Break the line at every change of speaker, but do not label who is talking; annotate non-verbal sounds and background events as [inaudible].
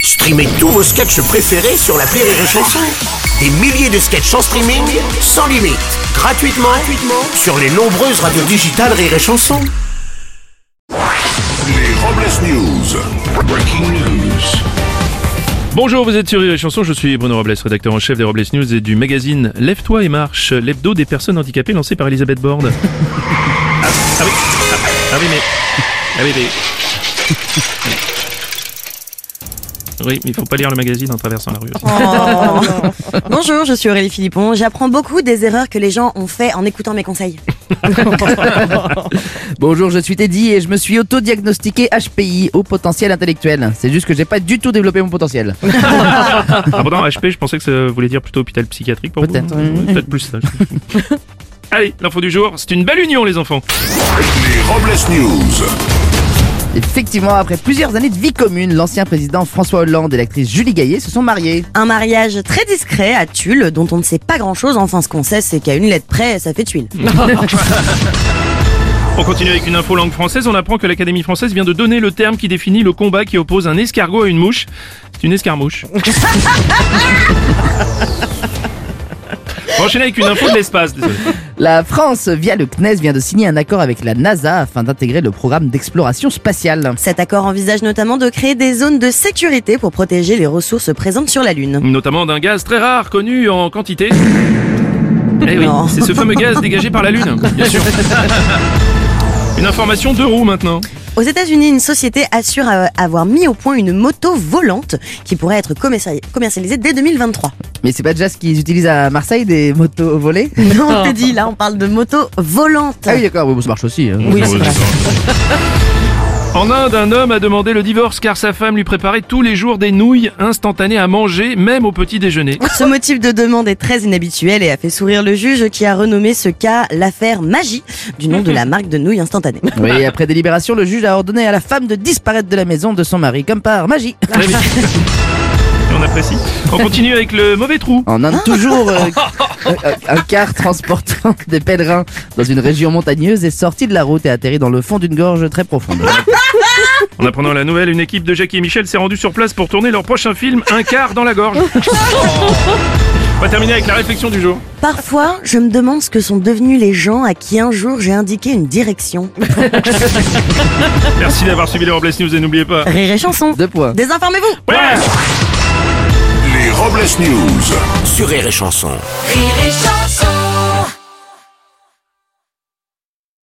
Streamez tous vos sketchs préférés sur la Rire et Chanson. Des milliers de sketchs en streaming, sans limite, gratuitement, gratuitement sur les nombreuses radios digitales Rire et Chanson.
Les Robles News. Breaking news.
Bonjour, vous êtes sur Rire et Chanson, je suis Bruno Robles, rédacteur en chef des Robles News et du magazine Lève-toi et marche, l'hebdo des personnes handicapées lancé par Elisabeth Borne. [laughs] ah, ah oui, ah, ah oui mais... Ah oui mais... Oui, mais il faut pas lire le magazine en traversant la rue. [laughs] aussi.
Oh. Bonjour, je suis Aurélie Philippon. J'apprends beaucoup des erreurs que les gens ont fait en écoutant mes conseils.
Bonjour, je suis Teddy et je me suis autodiagnostiqué HPI, haut potentiel intellectuel. C'est juste que j'ai pas du tout développé mon potentiel.
Ah, pendant HP, je pensais que ça voulait dire plutôt hôpital psychiatrique pour vous.
Peut-être, oui.
Ouais, Peut-être plus ça. [laughs] Allez, l'info du jour, c'est une belle union les enfants
Les Robles News.
Effectivement, après plusieurs années de vie commune, l'ancien président François Hollande et l'actrice Julie Gaillet se sont mariés.
Un mariage très discret à Tulle, dont on ne sait pas grand chose. Enfin, ce qu'on sait, c'est qu'à une lettre près, ça fait tuile.
On continue avec une info langue française, on apprend que l'Académie française vient de donner le terme qui définit le combat qui oppose un escargot à une mouche. C'est une escarmouche. On va enchaîner avec une info de l'espace, désolé.
La France, via le CNES, vient de signer un accord avec la NASA afin d'intégrer le programme d'exploration spatiale.
Cet accord envisage notamment de créer des zones de sécurité pour protéger les ressources présentes sur la Lune.
notamment d'un gaz très rare connu en quantité. Eh oui,
Non.
c'est ce fameux gaz dégagé par la Lune, bien sûr. Une information de roues maintenant.
Aux États-Unis, une société assure euh, avoir mis au point une moto volante qui pourrait être commerci- commercialisée dès 2023.
Mais c'est pas déjà ce qu'ils utilisent à Marseille, des motos volées
Non, on dit, là, on parle de moto volante.
Ah oui, d'accord, oui, bon, ça marche aussi. hein.
Oui, c'est vrai.
En Inde, un homme a demandé le divorce car sa femme lui préparait tous les jours des nouilles instantanées à manger, même au petit déjeuner.
Ce motif de demande est très inhabituel et a fait sourire le juge qui a renommé ce cas l'affaire Magie, du nom de la marque de nouilles instantanées.
Oui, après délibération, le juge a ordonné à la femme de disparaître de la maison de son mari, comme par magie.
Très bien. Et [laughs] On apprécie. On continue avec le mauvais trou.
En Inde, toujours, euh, euh, un car transportant des pèlerins dans une région montagneuse est sorti de la route et atterri dans le fond d'une gorge très profonde.
En apprenant la nouvelle, une équipe de Jackie et Michel s'est rendue sur place pour tourner leur prochain film, Un quart dans la gorge. On va terminer avec la réflexion du jour.
Parfois, je me demande ce que sont devenus les gens à qui un jour j'ai indiqué une direction.
Merci d'avoir suivi les Robles News et n'oubliez pas.
Rire et chanson.
Deux points.
Désinformez-vous
Ouais
Les Robles News.
Sur Rire et Chanson.
Rire et chanson